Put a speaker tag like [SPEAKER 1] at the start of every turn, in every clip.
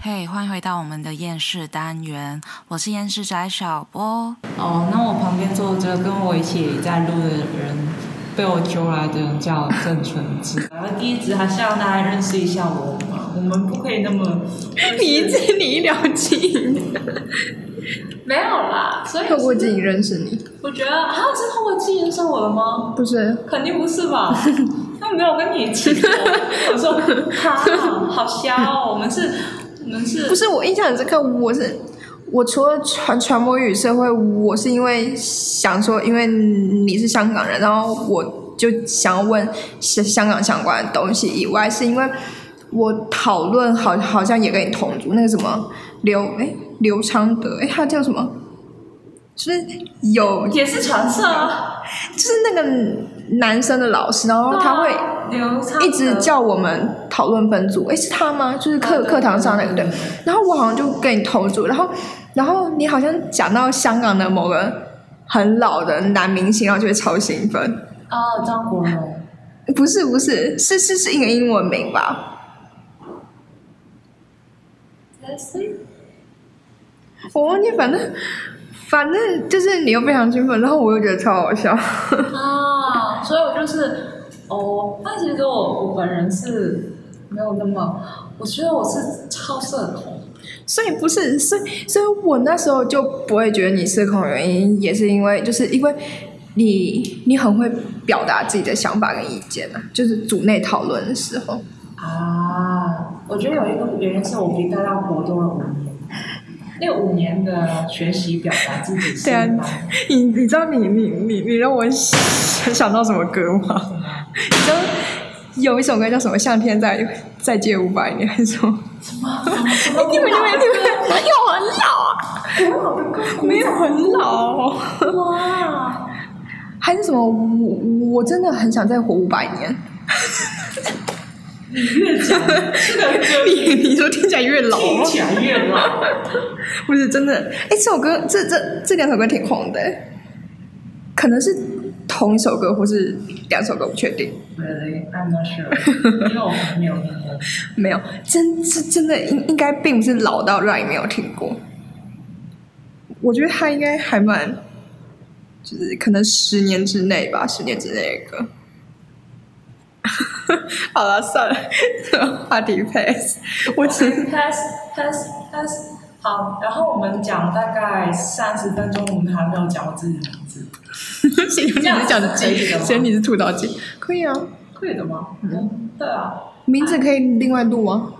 [SPEAKER 1] 嘿欢迎回到我们的厌世单元，我是厌世宅小波。
[SPEAKER 2] 哦，那我旁边坐着跟我一起在录的人，被我揪来的人叫郑纯之。然后第一集还是要大家认识一下我们嘛，我们不可以那么
[SPEAKER 3] 你一见你一了解，
[SPEAKER 2] 没有啦。所以
[SPEAKER 3] 透过自己认识你，
[SPEAKER 2] 我觉得啊，是通过自己认识我的吗？
[SPEAKER 3] 不是？
[SPEAKER 2] 肯定不是 吧？那没有跟你一起做，我说哈，好瞎哦，我们是，我们是
[SPEAKER 3] 不是我印象很深刻，我是我除了传传播与社会，我是因为想说，因为你是香港人，然后我就想要问香香港相关的东西以外，是因为我讨论好好像也跟你同族那个什么刘哎刘昌德哎他叫什么？是不是有
[SPEAKER 2] 也是传社啊，
[SPEAKER 3] 就是那个男生的老师，然后他会
[SPEAKER 2] 啊流畅
[SPEAKER 3] 一直叫我们讨论分组，诶，是他吗？就是课
[SPEAKER 2] 对
[SPEAKER 3] 课堂上那个对
[SPEAKER 2] 对。
[SPEAKER 3] 然后我好像就跟你同组，然后然后你好像讲到香港的某个很老的男明星，然后就会超兴奋。
[SPEAKER 2] 啊，张国荣。
[SPEAKER 3] 不是不是，是是是一个英文名吧？我忘记，反正反正就是你又非常兴奋，然后我又觉得超好笑。
[SPEAKER 2] 啊，所以我就是哦，但其实我我本人是没有那么，我觉得我是超社恐，
[SPEAKER 3] 所以不是，所以所以我那时候就不会觉得你社恐，原因也是因为就是因为你你很会表达自己的想法跟意见啊，就是组内讨论的时候，
[SPEAKER 2] 啊，我觉得有一个原因是我比大家活多了五年，那五年的学习表达自己是
[SPEAKER 3] 对啊
[SPEAKER 2] 蛮
[SPEAKER 3] 你你知道你你你你让我想想到什么歌吗？你知道有一首歌叫什么《向天再再借五百年》还是什么？
[SPEAKER 2] 什么
[SPEAKER 3] 哎你们你们你们没有很老啊，没有很老哦、
[SPEAKER 2] 哇，
[SPEAKER 3] 还是什么？我我真的很想再活五百年。
[SPEAKER 2] 你越讲这个就
[SPEAKER 3] 你你说听起来越老
[SPEAKER 2] 听起来越老，
[SPEAKER 3] 不是真的。哎，这首歌这这这两首歌挺红的，可能是同一首歌或是两首歌，不确定。
[SPEAKER 2] 对，I'm not sure，因为我还没有那个。
[SPEAKER 3] 没有，真是真的应应该并不是老到让你没有听过。我觉得他应该还蛮，就是可能十年之内吧，十年之内的歌。 好了，算了，话题 pass。我只
[SPEAKER 2] pass pass pass。好，然后我们讲大概三十分钟，我们还没有讲我自己的名字，
[SPEAKER 3] 谁有你是讲
[SPEAKER 2] 这样是可以的
[SPEAKER 3] 鸡，
[SPEAKER 2] 吗
[SPEAKER 3] 谁有你是吐槽鸡？可以啊，
[SPEAKER 2] 可以的吗？嗯，对啊，
[SPEAKER 3] 名字可以另外录吗？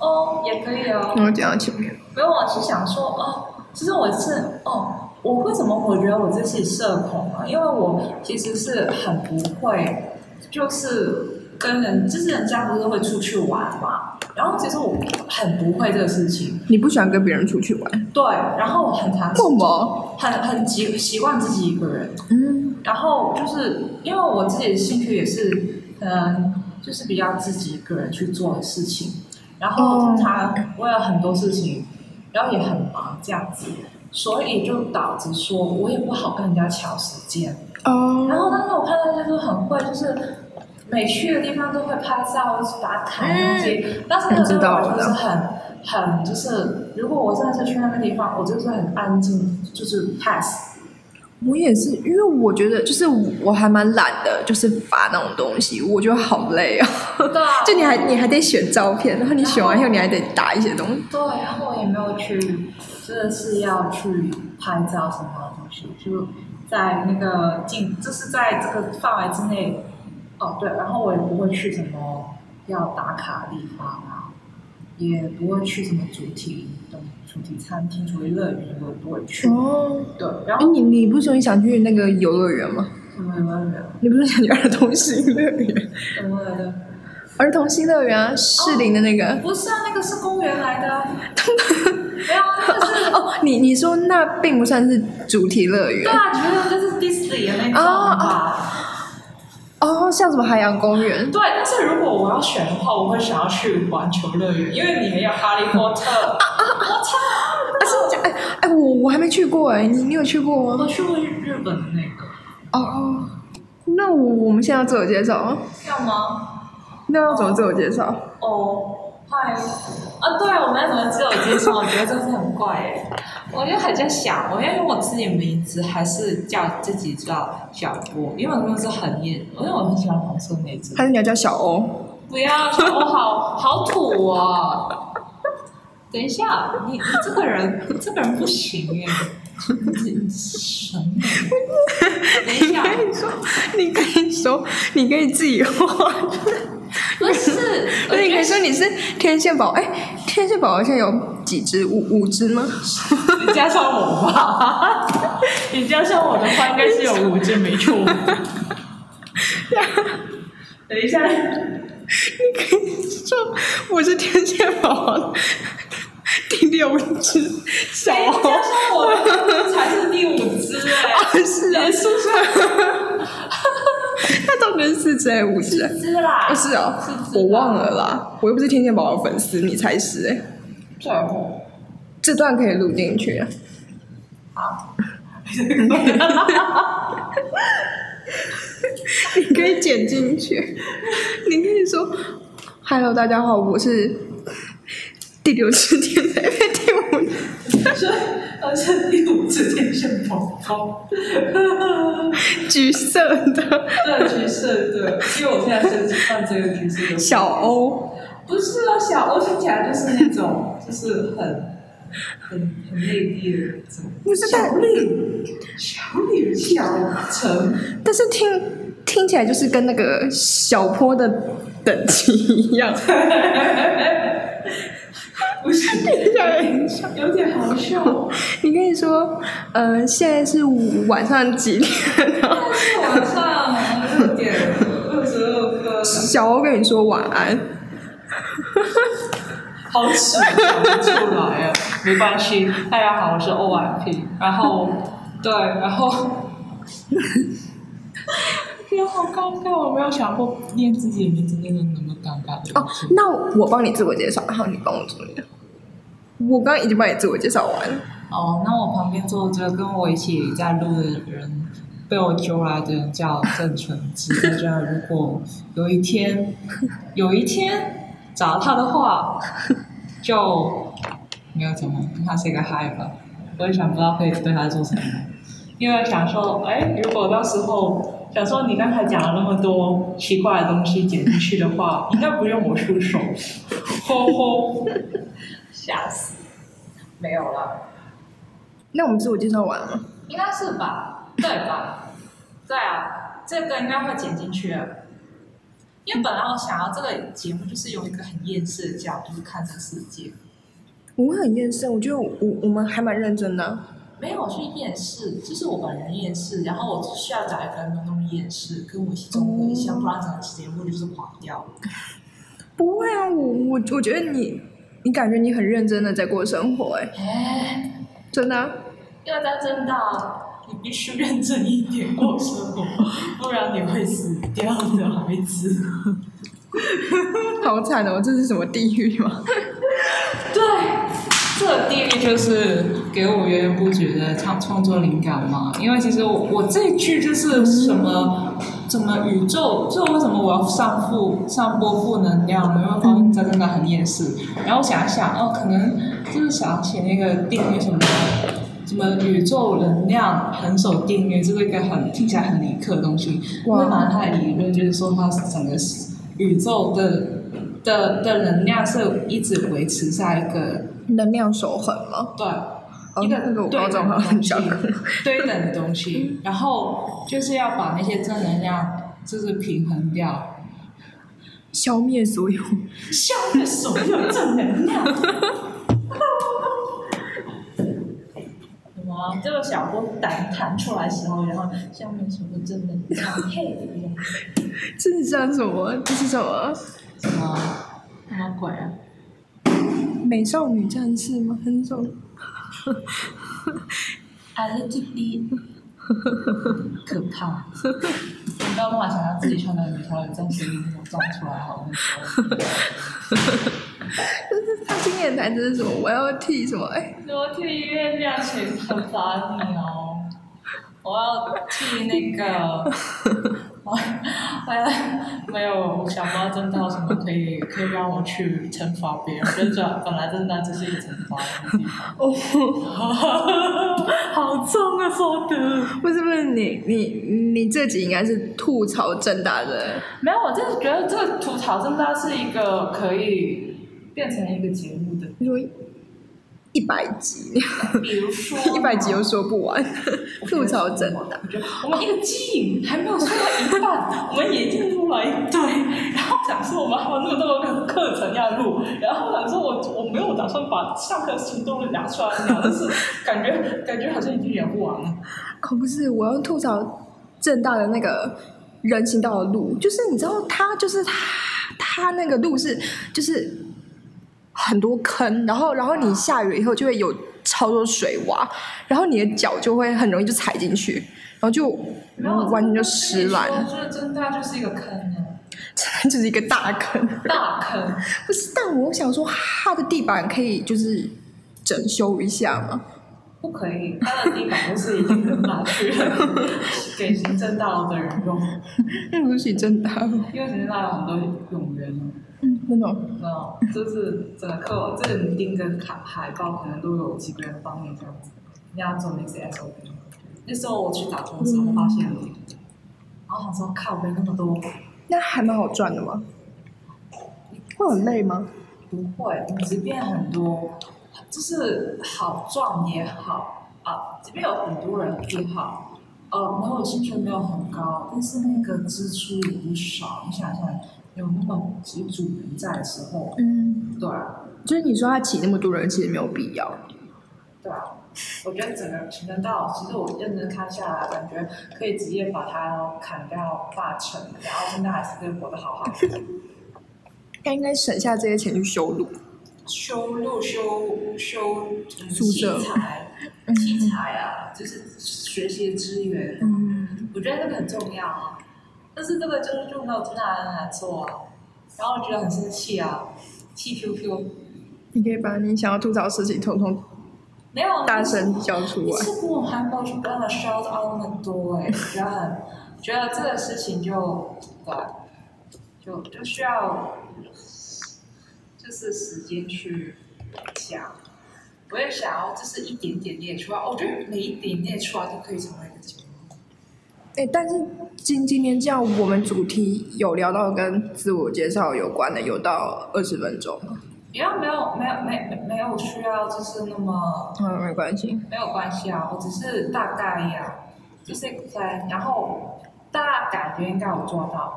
[SPEAKER 2] 哦，也可以哦。
[SPEAKER 3] 那我讲到前面，
[SPEAKER 2] 没有，我啊是想说，哦，其实我是，哦，我为什么我觉得我自己社恐啊？因为我其实是很不会，就是跟人，就是人家不是会出去玩嘛，然后其实我很不会这个事情，
[SPEAKER 3] 你不喜欢跟别人出去玩，
[SPEAKER 2] 对，然后我很常
[SPEAKER 3] 为什么？
[SPEAKER 2] 很很习习惯自己一个人，
[SPEAKER 3] 嗯，
[SPEAKER 2] 然后就是因为我自己的兴趣也是，嗯，就是比较自己一个人去做的事情，然
[SPEAKER 3] 哦
[SPEAKER 2] 后通常我有很多事情，然后也很忙这样子，所以就导致说我也不好跟人家抢时间。然
[SPEAKER 3] 哦，
[SPEAKER 2] 后，但是我看到就是很会，就是每去的地方都会拍照打卡那些，
[SPEAKER 3] 嗯
[SPEAKER 2] 但是那个对我来说是很很就是，如果我真的是去那个地方，我就是很安静，就是 pass。
[SPEAKER 3] 我也是，因为我觉得就是我还蛮懒的，就是发那种东西，我觉得好累啊。
[SPEAKER 2] 对啊，
[SPEAKER 3] 就你还你还得选照片，然后你选完以后你还得打一些东西。
[SPEAKER 2] 对，然后我也没有去，真的是要去拍照什么东西，就在那个进，就是在这个范围之内。哦，对，然后我也不会去什么要打卡的地方啊，也不会去什么主题嗯东主题餐厅、主题乐园，我也不会去。
[SPEAKER 3] 哦，
[SPEAKER 2] 对，然
[SPEAKER 3] 哎，
[SPEAKER 2] 后
[SPEAKER 3] 你你不是说你想去那个游乐园吗？
[SPEAKER 2] 什么什么
[SPEAKER 3] 你不是想去儿童新乐园？
[SPEAKER 2] 什么来着？
[SPEAKER 3] 儿童新乐园啊，适龄的那个。
[SPEAKER 2] 呃不是啊，那个是公园来的啊。没有啊，那个是
[SPEAKER 3] 哦，你你说那并不算是主题乐
[SPEAKER 2] 对
[SPEAKER 3] 园
[SPEAKER 2] 啊，觉得那是迪士尼的那种
[SPEAKER 3] 哦哦
[SPEAKER 2] 吧。
[SPEAKER 3] 哦，像什么海洋公园？
[SPEAKER 2] 对，但是如果我要选的话，我会想要去环球乐园，因为里面有哈利波特。我操！
[SPEAKER 3] 啊，是这样哎哎，我我还没去过哎，你你有去过
[SPEAKER 2] 我
[SPEAKER 3] 吗？
[SPEAKER 2] 去过日本的那个，
[SPEAKER 3] 哦哦，那我我们现在要自我介绍吗，
[SPEAKER 2] 要吗？
[SPEAKER 3] 那要怎么自我介绍？
[SPEAKER 2] 哦，
[SPEAKER 4] 嗨，啊，对，我们要怎么自我介绍？我觉得真是很怪哎、
[SPEAKER 2] 我就还在想，我因为我自己名字还是叫自己叫小波，因为我那时候很厌，因为我很喜欢黄色那只。
[SPEAKER 3] 还是你要叫小欧？
[SPEAKER 2] 不要，我好好土哦。等一下，你你这个人，你这个人不行哎，你什么？等一下，
[SPEAKER 3] 你可以说，你可以自己画。
[SPEAKER 2] 不是，我
[SPEAKER 3] 那
[SPEAKER 2] 觉
[SPEAKER 3] 你可以
[SPEAKER 2] 得
[SPEAKER 3] 说你是天线宝，哎，天线宝宝现在有几只？五五只吗？
[SPEAKER 2] 你加上我吧，你加上我的话，应该是有五只没错。
[SPEAKER 4] 等一下，
[SPEAKER 3] 你可以说我是天线宝宝的第六只小
[SPEAKER 2] 谁
[SPEAKER 3] 欧。
[SPEAKER 2] 加上我的才是第五只哎、
[SPEAKER 3] 是啊，是是。 那到底是四只还是五只啊？
[SPEAKER 2] 只啦
[SPEAKER 3] 不是哦，我忘了啦，我又不是天线宝宝粉丝，你才是哎、
[SPEAKER 2] 最后，
[SPEAKER 3] 这段可以录进去啊。 你可以剪进去，你可以说：“Hello，大家好，我是第六次天才被第五次
[SPEAKER 2] 是而是第五只健身宝宝。
[SPEAKER 3] 橘色的
[SPEAKER 2] 这橘色的，因为我现在身上这个橘色的，
[SPEAKER 3] 小欧。
[SPEAKER 2] 不是啊，小欧听起来就是那种，就是很很很内地的那种，
[SPEAKER 3] 不是
[SPEAKER 2] 小
[SPEAKER 3] 但
[SPEAKER 2] 李，小李，小陈，”
[SPEAKER 3] 但是听听起来就是跟那个小坡的等级一样。
[SPEAKER 2] 不是，
[SPEAKER 3] 听起来 很
[SPEAKER 2] 有点好笑。
[SPEAKER 3] 你可以说，呃，现在是晚上几点？然后
[SPEAKER 2] 但是晚上六点二十二分，
[SPEAKER 3] 小欧跟你说晚安，
[SPEAKER 2] 好耻，讲不出来啊，没关系。大家好，我是 O Y P，然后对，然后。 天好尴尬，我没有想过念自己的名字念的那么尴尬的。
[SPEAKER 3] 哦，那我帮你自我介绍，然后你帮我做你的。我刚刚已经帮你自我介绍完了，
[SPEAKER 2] 哦，那我旁边坐着跟我一起在录的人，被我揪来的人叫郑纯之。 大家如果有一天，有一天找到他的话，就没有怎么跟他 say 个 hi 吧。我也想不到可以对他做什么，因为想说，哎，如果到时候想说你刚才讲了那么多奇怪的东西剪进去的话，应该不用我出手。 吼吼，吓死！没有了。
[SPEAKER 3] 那我们自我介绍完了吗？
[SPEAKER 2] 应该是吧？对吧？对啊，这个应该会剪进去的，因为本来我想要这个节目就是用一个很厌世的角度看这个世界，
[SPEAKER 3] 我很厌世，我觉得我我我们还蛮认真的啊。
[SPEAKER 2] 没有去厌世，就是我本人厌世，然后我需要找一个人跟那么厌世跟我综合一下，
[SPEAKER 3] 哦
[SPEAKER 2] 不然整个节目就是垮掉。
[SPEAKER 3] 不会啊，我我我觉得你，你感觉你很认真的在过生活、哎，
[SPEAKER 2] 哎，
[SPEAKER 3] 真的啊、
[SPEAKER 2] 要当真的啊。你必须认真一点过生活，不然你会死掉的，孩子。
[SPEAKER 3] 好惨哦，这是什么地狱吗？
[SPEAKER 2] 对，这个地狱就是给我源源不绝的创创作灵感嘛。因为其实我我这一句就是什么怎么宇宙，就为什么我要上负上播负能量呢？因为发现这真的很厌世。然后想一想，哦，可能就是想写那个定律什么。什么宇宙能量恒守定律，这是一个很听起来很理科的东西。
[SPEAKER 3] 哇
[SPEAKER 2] 那拿它的理论就是说，它是整个宇宙的的的能量是一直维持在一个
[SPEAKER 3] 能量守恒吗？
[SPEAKER 2] 对
[SPEAKER 3] 哦，
[SPEAKER 2] 一个
[SPEAKER 3] 那个我
[SPEAKER 2] 对
[SPEAKER 3] 高中好
[SPEAKER 2] 等
[SPEAKER 3] 像
[SPEAKER 2] 东西
[SPEAKER 3] 讲过。
[SPEAKER 2] 对等的东西，然后就是要把那些正能量就是平衡掉，
[SPEAKER 3] 消灭所有
[SPEAKER 2] 消灭所有正能量。什么？这个小波弹弹出来的时候，然后消灭所有正能量，嘿，
[SPEAKER 3] 这是叫什么？这是什么？
[SPEAKER 2] 什么什么鬼啊？
[SPEAKER 3] 美少女战士吗？很少。
[SPEAKER 2] I l i t t 可怕！你不要办法想象自己穿的女超人战士衣那种站出来，好那个。
[SPEAKER 3] 他今天的台词是什么？我要替什么？哎，
[SPEAKER 2] 我替月亮去惩罚 你哦！我要替那个，我但没有想到真到什么可以可以让我去惩罚别人，就觉得本来真的这是一个惩罚的地方。
[SPEAKER 3] 哦，
[SPEAKER 2] 哦好重啊，说的。
[SPEAKER 3] 不是不是，你你你这集应该是吐槽正大的，
[SPEAKER 2] 没有，我真的觉得这个吐槽真的是一个可以变成一个节目的，
[SPEAKER 3] 你说一百集，
[SPEAKER 2] 比如说
[SPEAKER 3] 一百集又说不 完，吐槽正大。
[SPEAKER 2] 我觉得我们一个基影还没有说到一半，我们也进入了一堆，然后想说我们还有那么多个课程要录，然后想说我我没有打算把上课时都拿出来聊，就是感觉感觉好像已经聊不完了。
[SPEAKER 3] 哦，不是，我要吐槽正大的那个人行道的路，就是你知道，它就是它，它那个路是就是很多坑，然后然后你下雨以后就会有超多水洼，然后你的脚就会很容易就踩进去，然后就
[SPEAKER 2] 然后
[SPEAKER 3] 完全就湿烂，
[SPEAKER 2] 我觉得真大就是一个坑啊，
[SPEAKER 3] 就是一个大坑。
[SPEAKER 2] 大坑。
[SPEAKER 3] 不是，但我想说，它的地板可以就是整修一下嘛。
[SPEAKER 2] 不可以，他的地板就是已经拿去了，给行政大楼的人用，
[SPEAKER 3] 对嗯不起，真的，
[SPEAKER 2] 因为行政大楼很多冗员嘛，
[SPEAKER 3] 嗯，真的。
[SPEAKER 2] 你知道吗，就是整个课，这个你盯着卡海报，可能都有几个人帮你这样子，你要做那些 SOP。那时候我去打工的时候，我发现了，然后想说靠，没那么多，
[SPEAKER 3] 那还蛮好赚的吗？会很累吗？
[SPEAKER 2] 不会，你即便很多，就是好赚也好啊，即便有很多人也好，呃，没有薪水没有很高，但是那个支出也不少。你想想，有那么几组人在的时候，
[SPEAKER 3] 嗯，
[SPEAKER 2] 对啊，
[SPEAKER 3] 就是你说他请那么多人，其实没有必要。
[SPEAKER 2] 对啊。我觉得整个平衡到，其实我认真看下来，感觉可以直接把它砍掉八成，然后真的还是可以活得好好的。
[SPEAKER 3] 他应该省下这些钱去修路。
[SPEAKER 2] 修路、修修、嗯、
[SPEAKER 3] 宿舍
[SPEAKER 2] 器材、
[SPEAKER 3] 嗯
[SPEAKER 2] 器材啊，就是学习资源啊，
[SPEAKER 3] 嗯，
[SPEAKER 2] 我觉得这个很重要啊，但是这个就是就没有真的人来做啊，然后我觉得很生气啊，气 Q Q，
[SPEAKER 3] 你可以把你想要吐槽的事情通通
[SPEAKER 2] 没有
[SPEAKER 3] 大声叫出
[SPEAKER 2] 一
[SPEAKER 3] 来。
[SPEAKER 2] 次跟我还没有去跟他 shout out 那么多 哎、觉得很觉得这个事情就对，就就需要就是时间去想。我也想要，就是一点点列出来。哦我觉得每一点列出来都可以成为一个节目。
[SPEAKER 3] 哎、但是今今天这样，我们主题有聊到跟自我介绍有关的，有到二十分钟。
[SPEAKER 2] 不要没有没有没没没有需要，就是那么
[SPEAKER 3] 嗯，没关系。
[SPEAKER 2] 没有关系啊，我只是大概呀、就是在，然后大家感觉应该有做到，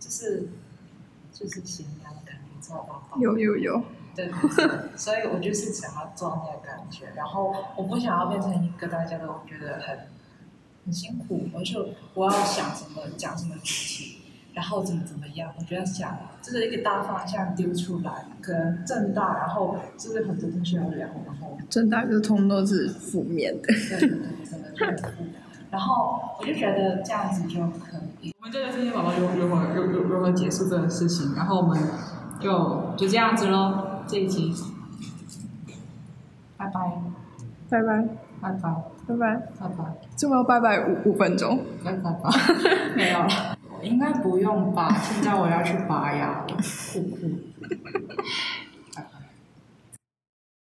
[SPEAKER 2] 就是就是闲聊的感觉做到吧，
[SPEAKER 3] 有有有，
[SPEAKER 2] 对，对对所以我就是想要做那个感觉，然后我不想要变成一个大家都觉得很很辛苦，我就我要想什么讲什么主题。然后怎么怎么样？我觉得想就是一个大方向丢出来，可能正大，然后就是很多东西要聊，然后
[SPEAKER 3] 正大就通通都是负面的。
[SPEAKER 2] 对对对真的就是然后我就觉得这样子就可以。我们这个天线宝宝如如何如如如何结束这个事情，然后我们就就这样子喽，这一集，拜拜
[SPEAKER 3] 拜拜
[SPEAKER 2] 拜拜
[SPEAKER 3] 拜拜，
[SPEAKER 2] 拜拜
[SPEAKER 3] 这么拜拜五五分钟。
[SPEAKER 2] 拜拜拜， 没有了， 应该不用吧？现在我要去拔牙了，酷酷。